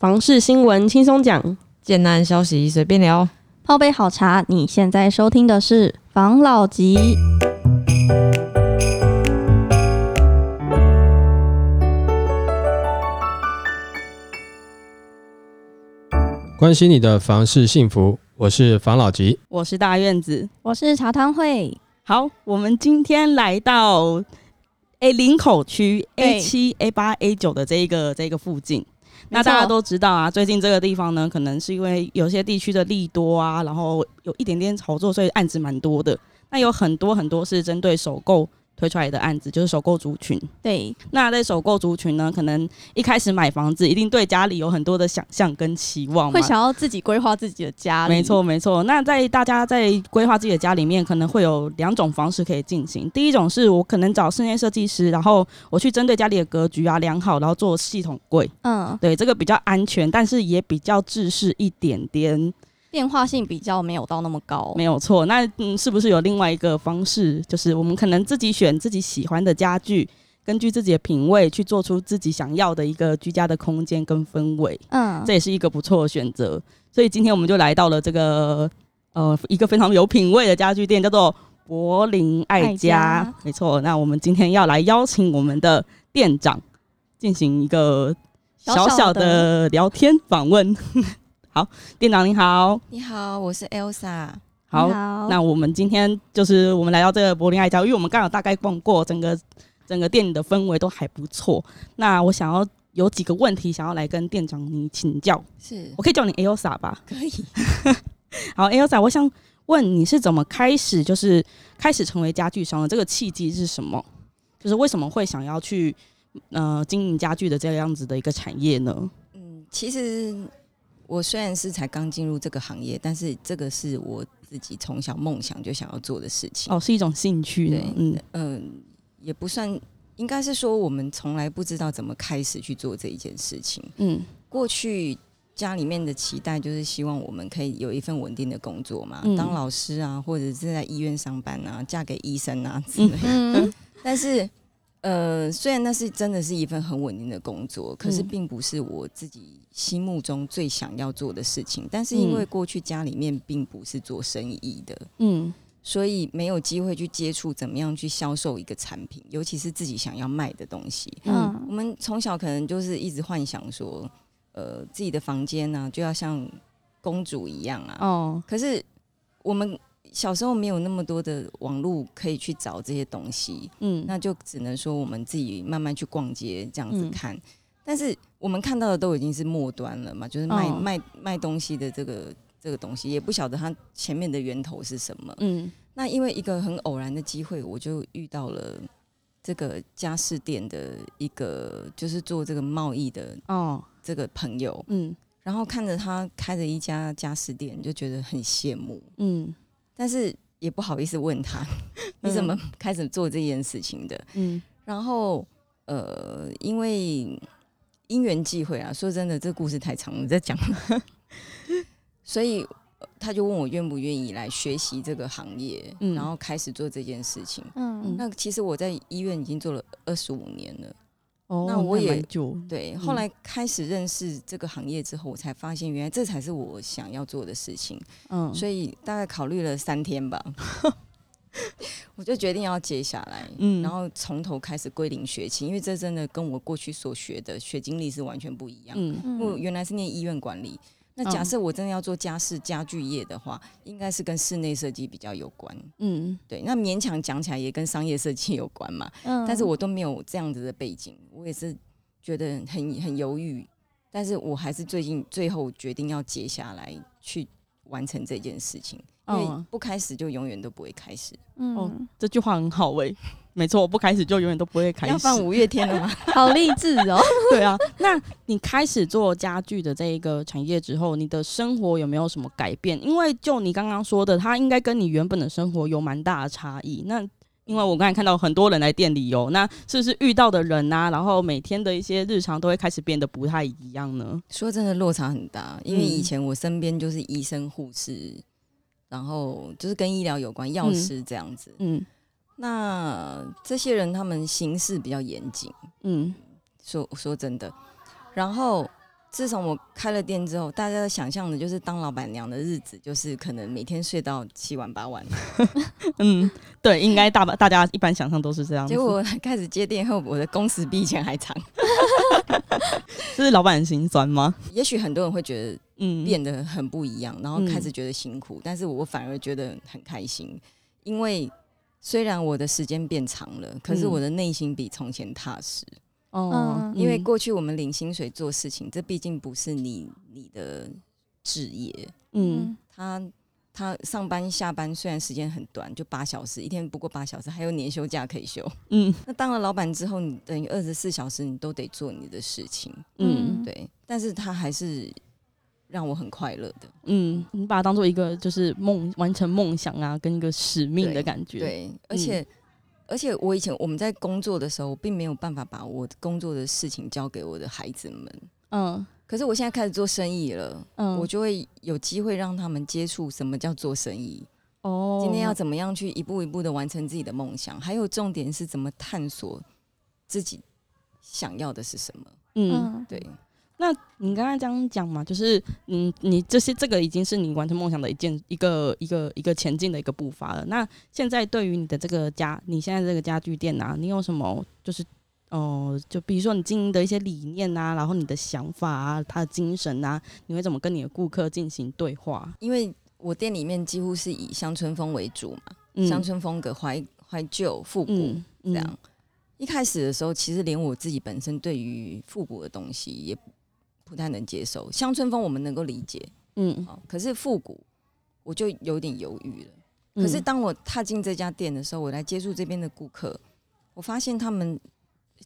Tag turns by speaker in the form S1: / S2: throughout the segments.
S1: 房事新闻轻松讲，
S2: 简单消息随便聊。
S3: 泡杯好茶，你现在收听的是防老集。
S4: 关心你的房事幸福，我是房老吉。
S1: 我是大院子。
S3: 我是茶汤会，
S1: 好，我们今天来到诶林口区
S3: 哎
S1: A 七、A 八、A 九的这一个这一个附近。那大家都知道啊，最近这个地方呢，可能是因为有些地区的利多啊，然后有一点点炒作，所以案子蛮多的。那有很多很多是针对首购推出来的案子，就是首购族群。
S3: 对，
S1: 那在首购族群呢，可能一开始买房子，一定对家里有很多的想象跟期望
S3: 会。
S1: 嘛
S3: 想要自己规划自己的家里
S1: 没，错，没错。那在大家在规划自己的家里面，可能会有两种方式可以进行。第一种是我可能找室内设计师，然后我去针对家里的格局啊量好，然后做系统柜。
S3: 嗯，
S1: 对，这个比较安全，但是也比较制式一点点，
S3: 变化性比较没有到那么高
S1: 没。有错。那嗯，是不是有另外一个方式，就是我们可能自己选自己喜欢的家具，根据自己的品味去做出自己想要的一个居家的空间跟氛围，
S3: 嗯
S1: 这，也是一个不错的选择。所以今天我们就来到了这个呃一个非常有品味的家具店，叫做柏林爱
S3: 爱
S1: 家，
S3: 家
S1: 没错。那我们今天要来邀请我们的店长进行一个
S3: 小
S1: 小小
S3: 小
S1: 的
S3: 的
S1: 聊天访问。 好，店长你好，
S2: 你好，我是 Elsa。
S1: 好
S3: 你，好
S1: 那我们今天就是我们来到这个柏林爱家，因为我们刚好大概逛过整个整个店里的氛围都还不错。那我想要有几个问题想要来跟店长你请教，
S2: 是
S1: 我可以叫你 Elsa 吧？
S2: 可以。
S1: 好，Elsa，我想问你是怎么开始就是开始成为家具商的？这个契机是什么？就是为什么会想要去呃经营家具的这样子的一个产业呢？
S5: 嗯，其实我虽然是才刚进入这个行业，但是这个是我自己从小梦想就想要做的事情。
S1: 哦，是一种兴趣呢
S5: 对，
S1: 嗯，
S5: 嗯，也不算，应该是说我们从来不知道怎么开始去做这一件事情。
S1: 嗯
S5: 过去家里面的期待就是希望我们可以有一份稳定的工作嘛，
S1: 嗯
S5: 当老师啊，或者是在医院上班啊，嫁给医生啊之类的。
S3: 嗯，
S5: 但是，呃，虽然那是真的是一份很稳定的工作，可是
S1: 嗯
S5: 并不是我自己心目中最想要做的事情。但是因为
S1: 嗯
S5: 过去家里面并不是做生意的，
S1: 嗯
S5: 所以没有机会去接触怎么样去销售一个产品，尤其是自己想要卖的东西。
S1: 嗯
S5: 我
S3: 嗯，
S5: 们从小可能就是一直幻想说，呃，自己的房间呢、就要像公主一样啊，
S1: 哦，
S5: 可是我们小时候没有那么多的网络可以去找这些东西，
S1: 嗯
S5: 那就只能说我们自己慢慢去逛街这样子
S1: 嗯
S5: 看。但是我们看到的都已经是末端了嘛，就是卖、
S1: 哦
S5: 卖卖东西的这个这个东西，也不晓得它前面的源头是什么。
S1: 嗯
S5: 那因为一个很偶然的机会，我就遇到了这个家饰店的一个就是做这个贸易的
S1: 哦
S5: 这个朋友，
S1: 嗯
S5: 然后看着他开着一家家饰店，就觉得很羡慕。
S1: 嗯
S5: 但是也不好意思问他 你怎么开始做这件事情的。
S1: 嗯
S5: 然后呃，因为因缘际会啊，说真的，这故事太长了，在讲， 所以呃他就问我愿不愿意来学习这个行业，
S1: 嗯
S5: 然后开始做这件事情。
S3: 嗯，
S5: 那其实我在医院已经做了二十五年了，
S1: 哦，
S5: 那我
S1: 还
S5: 也
S1: 蛮久
S5: 对。
S1: 嗯
S5: 后来开始认识这个行业之后，我才发现原来这才是我想要做的事情。
S1: 嗯，
S5: 所以大概考虑了三天吧， 我就决定要接下来，
S1: 嗯
S5: 然后从头开始归零学起，因为这真的跟我过去所学的学经历是完全不一样。
S1: 嗯
S5: 我原来是念医院管理，那假设我真的要做家事家具业的话，应该是跟室内设计比较有关。
S1: 嗯
S5: 对，那勉强讲起来也跟商业设计有关嘛，
S3: 嗯
S5: 但是我都没有这样子的背景，我也是觉得很很犹豫，但是我还是最近最后决定要接下来去完成这件事情，因为
S1: 哦，
S5: 不开始就永远都不会开始，
S1: 哦
S3: 嗯，
S1: 这句话很好喂、没错，不开始就永远都不会开始。
S5: 要放五月天了吗？
S3: 好励志哦，
S1: 对啊，那你开始做家具的这一个产业之后，你的生活有没有什么改变？因为就你刚刚说的，它应该跟你原本的生活有蛮大的差异。那因为我刚才看到很多人来店里游，那是不是遇到的人啊，然后每天的一些日常都会开始变得不太一样呢？
S5: 说真的，落差很大，因为
S1: 嗯
S5: 以前我身边就是医生、护士，然后就是跟医疗有关，药
S1: 嗯
S5: 师这样子。
S1: 嗯
S5: 那这些人他们行事比较严谨，
S1: 嗯
S5: 说说真的，然后自从我开了店之后，大家的想象的就是当老板娘的日子，就是可能每天睡到七晚八晚。
S1: 嗯，对，应该大大家一般想象都是这样子。
S5: 结果开始接店后，我的工时比以前还长。
S1: 这是老板很心酸吗？
S5: 也许很多人会觉得
S1: 嗯，
S5: 变得很不一样，然后
S1: 嗯
S5: 开始觉得辛苦，但是我反而觉得很开心，因为虽然我的时间变长了，可是
S1: 嗯
S5: 我的内心比从前踏实。
S1: 哦，
S3: 嗯
S5: 因为过去我们领薪水做事情，这毕竟不是你你的职业，
S1: 嗯
S5: 他。他上班下班虽然时间很短，就八小时，一天不过八小时，还有年休假可以休。
S1: 嗯
S5: 那当了老板之后，你等于二十四小时你都得做你的事情，
S1: 嗯
S5: 对。但是他还是让我很快乐的。
S1: 嗯，你把它当做一个就是梦完成梦想啊，跟一个使命的感觉。，
S5: 对，而且、而且我以前我们在工作的时候，我并没有办法把我工作的事情交给我的孩子们。
S1: 嗯
S5: 可是我现在开始做生意了，
S1: 嗯，
S5: 我就会有机会让他们接触什么叫做生意，
S1: 哦，
S5: 今天要怎么样去一步一步的完成自己的梦想，还有重点是怎么探索自己想要的是什么。
S1: 嗯，
S3: 嗯，
S5: 对，
S1: 你刚才这样讲嘛，就是你你这些这个已经是你完成梦想的一件一个一个一个前进的一个步伐了。那现在对于你的这个家，你现在这个家具店啊，你有什么就是哦、呃就比如说你经营的一些理念啊，然后你的想法啊，他的精神啊，你会怎么跟你的顾客进行对话？
S5: 因为我店里面几乎是以乡村风为主嘛，
S1: 嗯
S5: 乡村风格怀怀旧复古。
S1: 嗯
S5: 这
S1: 这
S5: 样。一开始的时候，其实连我自己本身对于复古的东西也不太能接受。乡村风我们能够理解，
S1: 嗯，
S5: 哦，可是复古我就有点犹豫了。
S1: 嗯
S5: 可是当我踏进这家店的时候，我来接触这边的顾客，我发现他们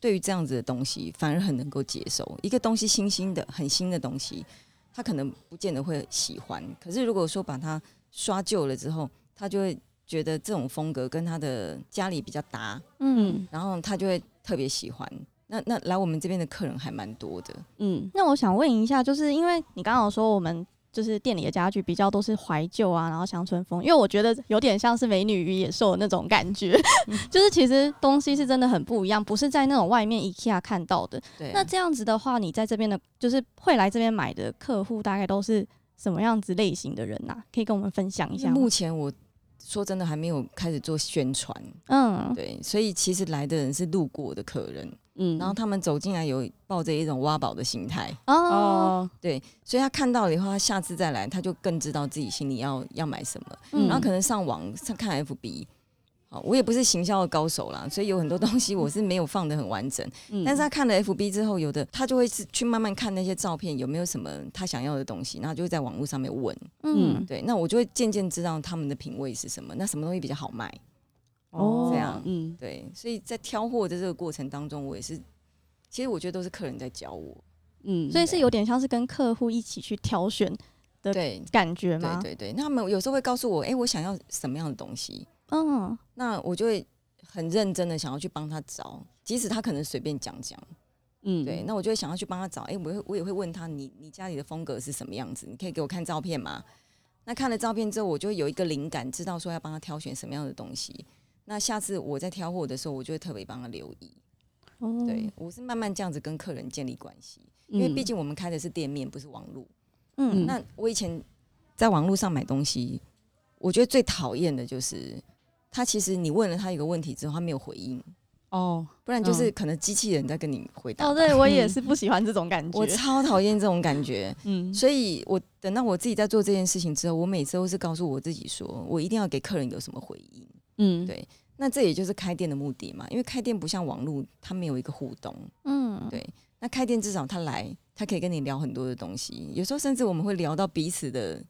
S5: 对于这样子的东西反而很能够接受。一个东西新兴的、很新的东西，他可能不见得会喜欢。可是如果说把它刷旧了之后，他就会觉得这种风格跟他的家里比较搭，
S3: 嗯。
S5: 然后他就会特别喜欢。那那来我们这边的客人还蛮多的，
S1: 嗯
S3: 那我想问一下，就是因为你刚刚有说我们就是店里的家具比较都是怀旧啊，然后乡村风，因为我觉得有点像是美女与野兽的那种感觉，
S5: 嗯
S3: 就是其实东西是真的很不一样，不是在那种外面 IKEA 看到的。
S5: 对
S3: 那这样子的话，你在这边的，就是会来这边买的客户，大概都是什么样子类型的人呐、啊可以跟我们分享一
S5: 因为
S3: 下吗
S5: 目前我说真的还没有开始做宣传，
S3: 嗯，
S5: 对，所以其实来的人是路过的客人，
S1: 嗯，
S5: 然后他们走进来有抱着一种挖宝的心态，
S3: 哦，
S1: 哦，
S5: 所以他看到了以后，他下次再来，他就更知道自己心里要要买什么，
S1: 嗯
S5: 然后可能上网上看 FB。好，我也不是行销的高手啦，所以有很多东西我是没有放的很完整。
S1: 嗯
S5: 但是他看了 FB 之后，有的他就会是去慢慢看那些照片有没有什么他想要的东西，然后就会在网络上面问。
S1: 嗯
S3: 嗯，
S5: 对，那我就会渐渐知道他们的品味是什么，那什么东西比较好卖。
S1: 哦
S3: 这
S5: 样
S1: 嗯
S5: 对，所以在挑货的这个过程当中，我也是，其实我觉得都是客人在教我。
S1: 嗯，
S3: 所以是有点像是跟客户一起去挑选呃
S5: 对，
S3: 感觉
S5: 对
S3: 吗？
S5: 对对，那他们有时候会告诉我，哎、我想要什么样的东西，
S3: 嗯，
S5: 那我就会很认真的想要去帮他找，即使他可能随便讲讲，
S1: 嗯
S5: 对，那我就会想要去帮他找。哎、我会我也会问他，你你家里的风格是什么样子？你可以给我看照片吗？那看了照片之后，我就会有一个灵感，知道说要帮他挑选什么样的东西。那下次我在挑货的时候，我就会特别帮他留意。
S3: 哦
S5: 对，我是慢慢这样子跟客人建立关系，因为毕竟我们开的是店面，不是网络。
S3: 嗯，
S5: 那我以前在网络上买东西，我觉得最讨厌的就是他其实你问了他一个问题之后，他没有回应，
S1: 哦，
S5: 不然就是可能机器人在跟你回答
S3: 嗯
S5: 吧。
S3: 哦， 对我也
S1: 嗯
S3: 是不喜欢这种感觉。
S5: 我超讨厌这种感觉。
S1: 嗯
S5: 所以我等到我自己在做这件事情之后，我每次都是告诉我自己说，我一定要给客人有什么回应。
S1: 嗯
S5: 对那这也就是开店的目的嘛，因为开店不像网络，它没有一个互动。
S3: 嗯，
S5: 对那开店至少他来，他可以跟你聊很多的东西，有时候甚至我们会聊到彼此的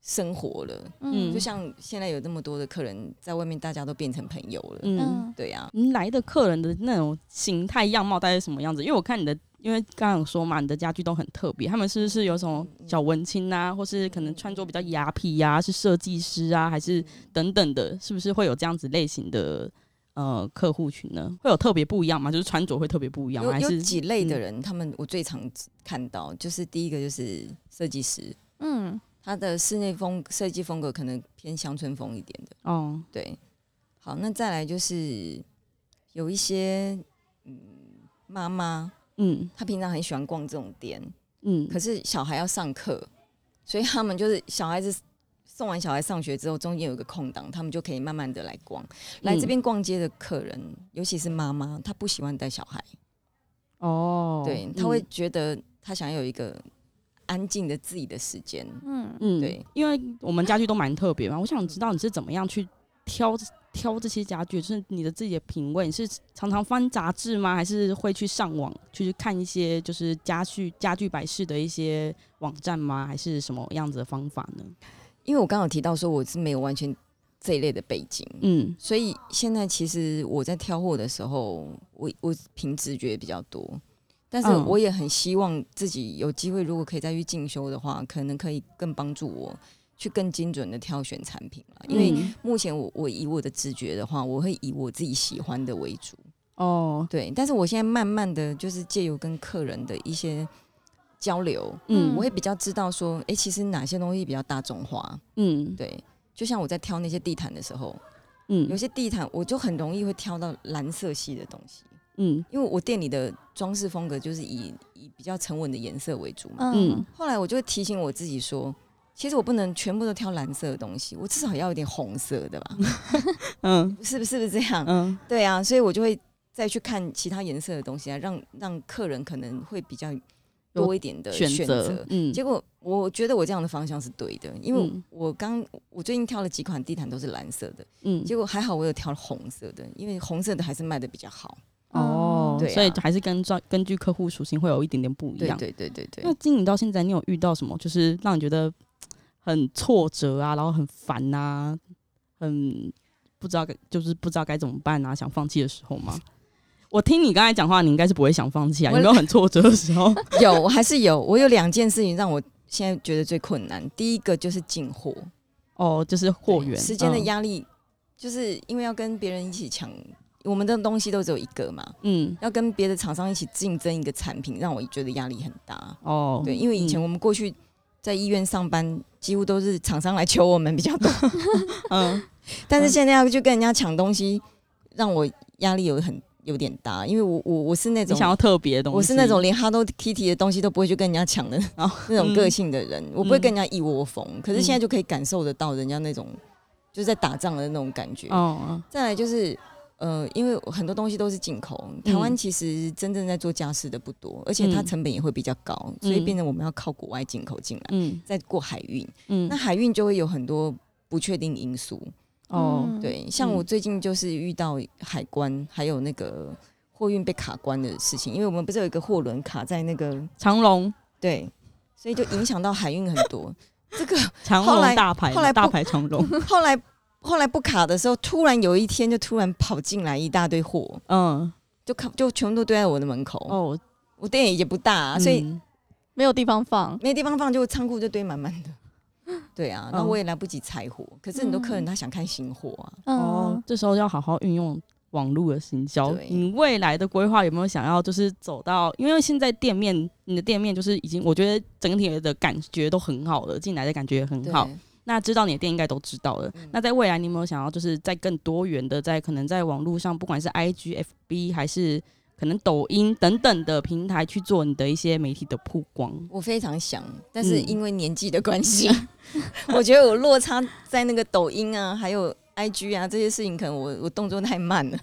S5: 生活了。
S1: 嗯
S5: 就像现在有那么多的客人在外面，大家都变成朋友了。
S1: 嗯，
S5: 对啊呀、
S1: 你来的客人的那种形态样貌大概是什么样子？因为我看你的，因为刚刚有说嘛，你的家具都很特别，他们
S5: 嗯
S1: 是不是有什么小文青啊，或是可能穿着比较雅痞呀，是设计师啊，还
S5: 嗯
S1: 是等等的，是不是会有这样子类型的？呃，客户群呢会有特别不一样吗？就是穿着会特别不一样吗？还
S5: 有有
S1: 是
S5: 几类的
S1: 嗯
S5: 人，他们我最常看到就是第一个就是设计师，
S3: 嗯
S5: 它的室内风设计风格可能偏乡村风一点的。
S1: 哦，
S5: 对，好，那再来就是有一些嗯妈妈，
S1: 嗯
S5: 她平常很喜欢逛这种店，
S1: 嗯，
S5: 可是小孩要上课，所以他们就是小孩子送完小孩上学之后，中间有一个空档，他们就可以慢慢的来逛。来
S1: 嗯
S5: 这边逛街的客人，尤其是妈妈，她不喜欢带小孩，
S1: 哦，
S5: 对，她
S1: 嗯
S5: 会觉得她想要有一个安静的自己的时间。
S3: 嗯嗯，
S1: 嗯，
S5: 对，
S1: 因为我们家具都蛮特别嘛，我想知道你是怎么样去挑挑这些家具，就是你的自己的品味，你是常常翻杂志吗？还是会去上网去看一些就是家具家具摆饰的一些网站吗？还是什么样子的方法呢？
S5: 因为我刚刚有提到说我是没有完全这一类的背景，
S1: 嗯
S5: 所以现在其实我在挑货的时候，我我凭直觉比较多，但是
S1: 嗯
S5: 我也很希望自己有机会，如果可以再去进修的话，可能可以更帮助我去更精准的挑选产品了。因为
S1: 嗯
S5: 目前我我以我的直觉的话，我会以我自己喜欢的为主，
S1: 哦
S5: 对。但是我现在慢慢的就是借由跟客人的一些交流，
S1: 嗯
S5: 我会比较知道说，诶，其实哪些东西比较大众化，
S1: 嗯
S5: 对。就像我在挑那些地毯的时候，有
S1: 嗯
S5: 些地毯我就很容易会挑到蓝色系的东西，
S1: 嗯
S5: 因为我店里的装饰风格就是以以比较沉稳的颜色为主嘛。
S1: 嗯
S3: 嗯
S5: 后来我就会提醒我自己说，其实我不能全部都挑蓝色的东西，我至少要有点红色的吧？
S1: 嗯
S5: 是不是不是这样？
S1: 嗯
S5: 对啊，所以我就会再去看其他颜色的东西啊，让让客人可能会比较多一点的
S1: 选
S5: 选
S1: 择
S5: 择。
S1: 嗯
S5: 结果我觉得我这样的方向是对的，因为
S1: 嗯
S5: 我刚我最近挑了几款地毯都是蓝色的，
S1: 嗯
S5: 结果还好，我有挑红色的，因为红色的还是卖的比较好。
S1: 哦，
S5: 对啊
S1: 所以还是跟照根据客户属性会有一点点不一样。
S5: 对对对对
S1: 那经营到现在，你有遇到什么就是让你觉得很挫折啊，然后很烦啊，很不知道该就是不知道该怎么办啊，想放弃的时候吗？我听你刚才讲话，你应该是不会想放弃啊，有
S5: 我
S1: 没有很挫折的时 候？
S5: 有我还是有，我有两件事情让我现在觉得最困难。第一个就是进货，
S1: 哦，就是货源
S5: 对时间的
S1: 嗯
S5: 压力，就是因为要跟别人一起抢，我们的东西都只有一个嘛，
S1: 嗯，
S5: 要跟别的厂商一起竞争一个产品，让我觉得压力很大。
S1: 哦，
S5: 对，因为以前我们过去在医院上班，几乎都是厂商来求我们比较 多，
S1: 嗯
S5: 但是现在要去跟人家抢东西，让我压力有很有点大，因为我我我是那
S1: 你
S5: 种
S1: 想要特别的东西，
S5: 我是那种连 Hello Kitty 的东西都不会去跟人家抢的
S1: 哦
S5: 那种个性的人，我不会
S1: 嗯
S5: 跟人家一窝蜂。可是现在就可以感受得到人家那种就是在打仗的那种感觉。
S1: 哦，
S5: 再来就是呃，因为很多东西都是进口，台湾其实真正在做家饰的不多，而且它
S1: 嗯
S5: 成本也会比较高，所以
S1: 嗯
S5: 变成我们要靠国外进口进来，
S1: 嗯
S5: 再过海运。
S1: 嗯，
S5: 那海运就会有很多不确定因素。
S1: 哦，
S5: 对，像
S1: 嗯
S5: 我最近就是遇到海关还有那个货运被卡关的事情，因为我们不是有一个货轮卡在那个
S1: 长龙
S5: 对，所以就影响到海运很多。这 个
S1: 长
S5: 后
S1: 龙
S5: 来
S1: 大牌
S5: 后来
S1: 大
S5: 不
S1: 牌长 龙，
S5: 后来后来不卡的时候，突然有一天就突然跑进来一大堆货，
S1: 嗯
S5: 就看就全部都堆在我的门口。
S1: 哦，
S5: 我店也不大、啊所以
S1: 嗯
S3: 没有地方放，
S5: 没地方放，就仓库就堆满满的。对啊，那
S1: 嗯
S5: 我也来不及拆货，可是很多客人他想看新货啊。
S1: 哦
S3: 嗯，，
S1: 这时候要好好运用网络的行销。
S5: 对
S1: 你未来的规划有没有想要就是走到？因为现在店面，你的店面就是已经，我觉得整体的感觉都很好了，进来的感觉也很
S5: 对
S1: 好。那知道你的店应该都知道了。那在未来，你有没有想要就是在更多元的，在可能在网络上，不管是 IG、FB 还是可能抖音等等的平台去做你的一些媒体的曝光？
S5: 我非常想，但是
S1: 嗯
S5: 因为年纪的关系， 我觉得我落差在那个抖音啊，还有 IG 啊这些事情，可能我我动作太慢了，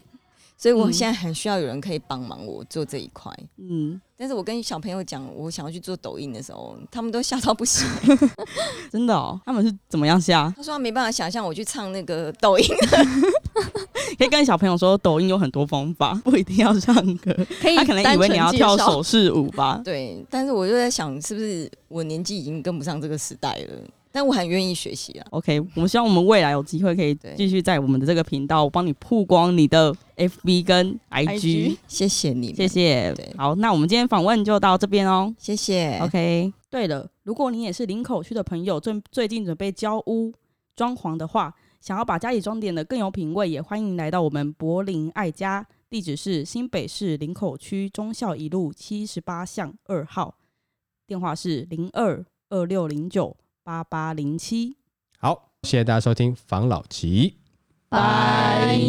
S5: 所以我
S1: 嗯
S5: 现在很需要有人可以帮忙我做这一块。
S1: 嗯，
S5: 但是我跟小朋友讲，我想要去做抖音的时候，他们都吓到不行。
S1: 真的哦，他们是怎么样下？
S5: 他说他没办法想象我去唱那个抖音，
S1: 可以跟小朋友说，抖音有很多方法， 不一定要唱歌。
S3: 可以
S1: 他可能以为你要跳手势舞吧？
S5: 对。但是我就在想，是不是我年纪已经跟不上这个时代了？但我很愿意学习啊。
S1: OK，我们希望我们未来有机会可以
S5: 对
S1: 继续在我们的这个频道帮你曝光你的 FB 跟 IG，,
S3: IG
S5: 谢谢你们，
S1: 谢，谢
S5: 对。
S1: 好，那我们今天访问就到这边哦。
S5: 谢谢。
S1: OK，对了，如果你也是林口区的朋友，最最近准备交屋装潢的话，想要把家里装点的更有品味，也欢迎来到我们柏林爱家，地址是新北市林口区忠孝一路七十八巷二号，电话是零二二六零九八八零七。
S4: 好，谢谢大家收听房老吉。
S1: 拜。